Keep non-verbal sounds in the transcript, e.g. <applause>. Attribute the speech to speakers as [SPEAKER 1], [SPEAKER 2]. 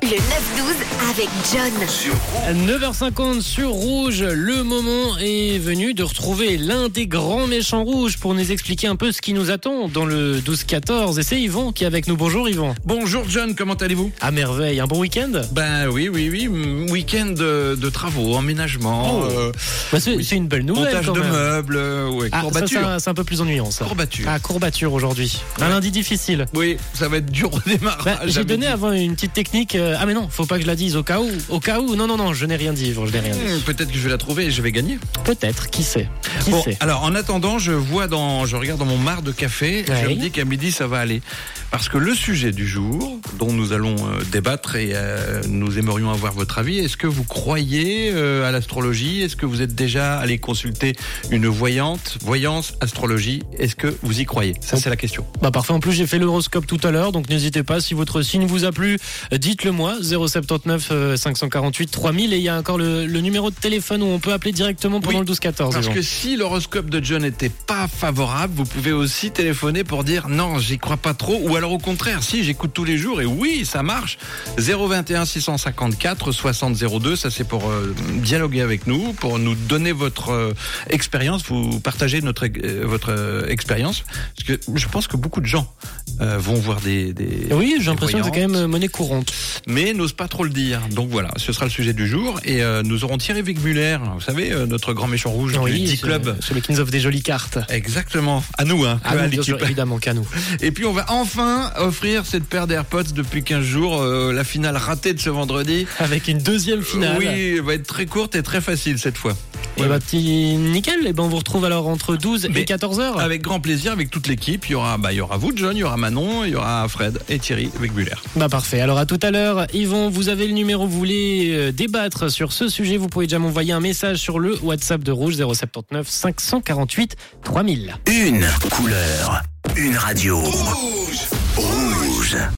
[SPEAKER 1] Le 9-12 avec John.
[SPEAKER 2] 9h50 sur Rouge, le moment est venu de retrouver l'un des grands méchants rouges pour nous expliquer un peu ce qui nous attend dans le 12-14. Et c'est Yvon qui est avec nous. Bonjour Yvon.
[SPEAKER 3] Bonjour John, comment allez-vous
[SPEAKER 2] À merveille, un bon week-end
[SPEAKER 3] Ben oui, oui, oui, mm, week-end euh, de, travaux, emménagement,
[SPEAKER 2] Oh,
[SPEAKER 3] euh,
[SPEAKER 2] Bah, C'est
[SPEAKER 3] Oui.
[SPEAKER 2] c'est une belle nouvelle
[SPEAKER 3] montage
[SPEAKER 2] quand
[SPEAKER 3] de
[SPEAKER 2] même.
[SPEAKER 3] meubles, euh, ouais,
[SPEAKER 2] Ah, ça,
[SPEAKER 3] courbature.
[SPEAKER 2] c'est un- c'est un, peu plus ennuyant ça.
[SPEAKER 3] Courbature.
[SPEAKER 2] Ah, courbature aujourd'hui. Un
[SPEAKER 3] Ouais.
[SPEAKER 2] lundi difficile.
[SPEAKER 3] Oui, ça va être dur au <laughs> démarrage.
[SPEAKER 2] Bah, J'ai
[SPEAKER 3] j'avais
[SPEAKER 2] donné
[SPEAKER 3] dit.
[SPEAKER 2] avant une petite technique. euh, Ah mais non, faut pas que je la dise au cas où. Au cas où, non non non, je n'ai rien dit Yvon, je n'ai rien dit.
[SPEAKER 3] Hmm, Peut-être que je vais la trouver et je vais gagner.
[SPEAKER 2] Peut-être, qui sait Qui
[SPEAKER 3] Bon,
[SPEAKER 2] sait
[SPEAKER 3] alors en attendant, je vois dans, je regarde dans mon mar de café, et je
[SPEAKER 2] Ouais.
[SPEAKER 3] me dis qu'à midi ça va aller, parce que le sujet du jour dont nous allons euh, débattre et euh, nous aimerions avoir votre avis, est-ce que vous croyez euh, à l'astrologie Est-ce que vous êtes déjà allé consulter une voyante, voyance, astrologie Est-ce que vous y croyez Ça c'est la question.
[SPEAKER 2] Bah parfait, en plus j'ai fait l'horoscope tout à l'heure, donc n'hésitez pas, si votre signe vous a plu, euh, dites-le moi, 079 euh, 548 3000, et il y a encore le, le numéro de téléphone où on peut appeler directement pendant
[SPEAKER 3] Oui,
[SPEAKER 2] le 12-14.
[SPEAKER 3] Parce
[SPEAKER 2] Yvan.
[SPEAKER 3] que si l'horoscope de John n'était pas favorable, vous pouvez aussi téléphoner pour dire non, j'y crois pas trop, ou alors au contraire, si j'écoute tous les jours et oui, ça marche. 021 654 60 02, ça c'est pour euh, dialoguer avec nous, pour nous donner votre euh, expérience, vous partagez notre euh, votre euh, expérience, parce que je pense que beaucoup de gens euh, vont voir des, des
[SPEAKER 2] Oui,
[SPEAKER 3] des
[SPEAKER 2] j'ai l'impression que c'est quand
[SPEAKER 3] voyantes
[SPEAKER 2] même euh, monnaie courante.
[SPEAKER 3] mais n'ose pas trop le dire. Donc voilà, ce sera le sujet du jour. Et euh, nous aurons Thierry Wigmuller, vous savez, euh, notre grand méchant rouge du
[SPEAKER 2] Oui,
[SPEAKER 3] 10
[SPEAKER 2] ce-
[SPEAKER 3] Club.
[SPEAKER 2] Celui qui nous offre des jolies cartes.
[SPEAKER 3] Exactement, à nous, hein,
[SPEAKER 2] Ah
[SPEAKER 3] à
[SPEAKER 2] non, bien
[SPEAKER 3] l'équipe.
[SPEAKER 2] sûr, évidemment qu'à nous.
[SPEAKER 3] Et puis on va enfin offrir cette paire d'AirPods depuis 15 jours, euh, la finale ratée de ce vendredi.
[SPEAKER 2] Avec une deuxième finale.
[SPEAKER 3] Oui, elle va être très courte et très facile cette fois.
[SPEAKER 2] Et bah, petit nickel, et ben on vous retrouve alors entre 12 et
[SPEAKER 3] Mais
[SPEAKER 2] 14h.
[SPEAKER 3] Avec grand plaisir, avec toute l'équipe, il y aura, bah, il y aura vous, John, il y aura Manon, il y aura Fred et Thierry Wigmuller.
[SPEAKER 2] Bah parfait. Alors à tout à l'heure, Yvon, vous avez le numéro, vous voulez euh, débattre sur ce sujet, vous pouvez déjà m'envoyer un message sur le WhatsApp de Rouge 079 548 3000.
[SPEAKER 4] Une couleur, une radio. Rouge. Rouge.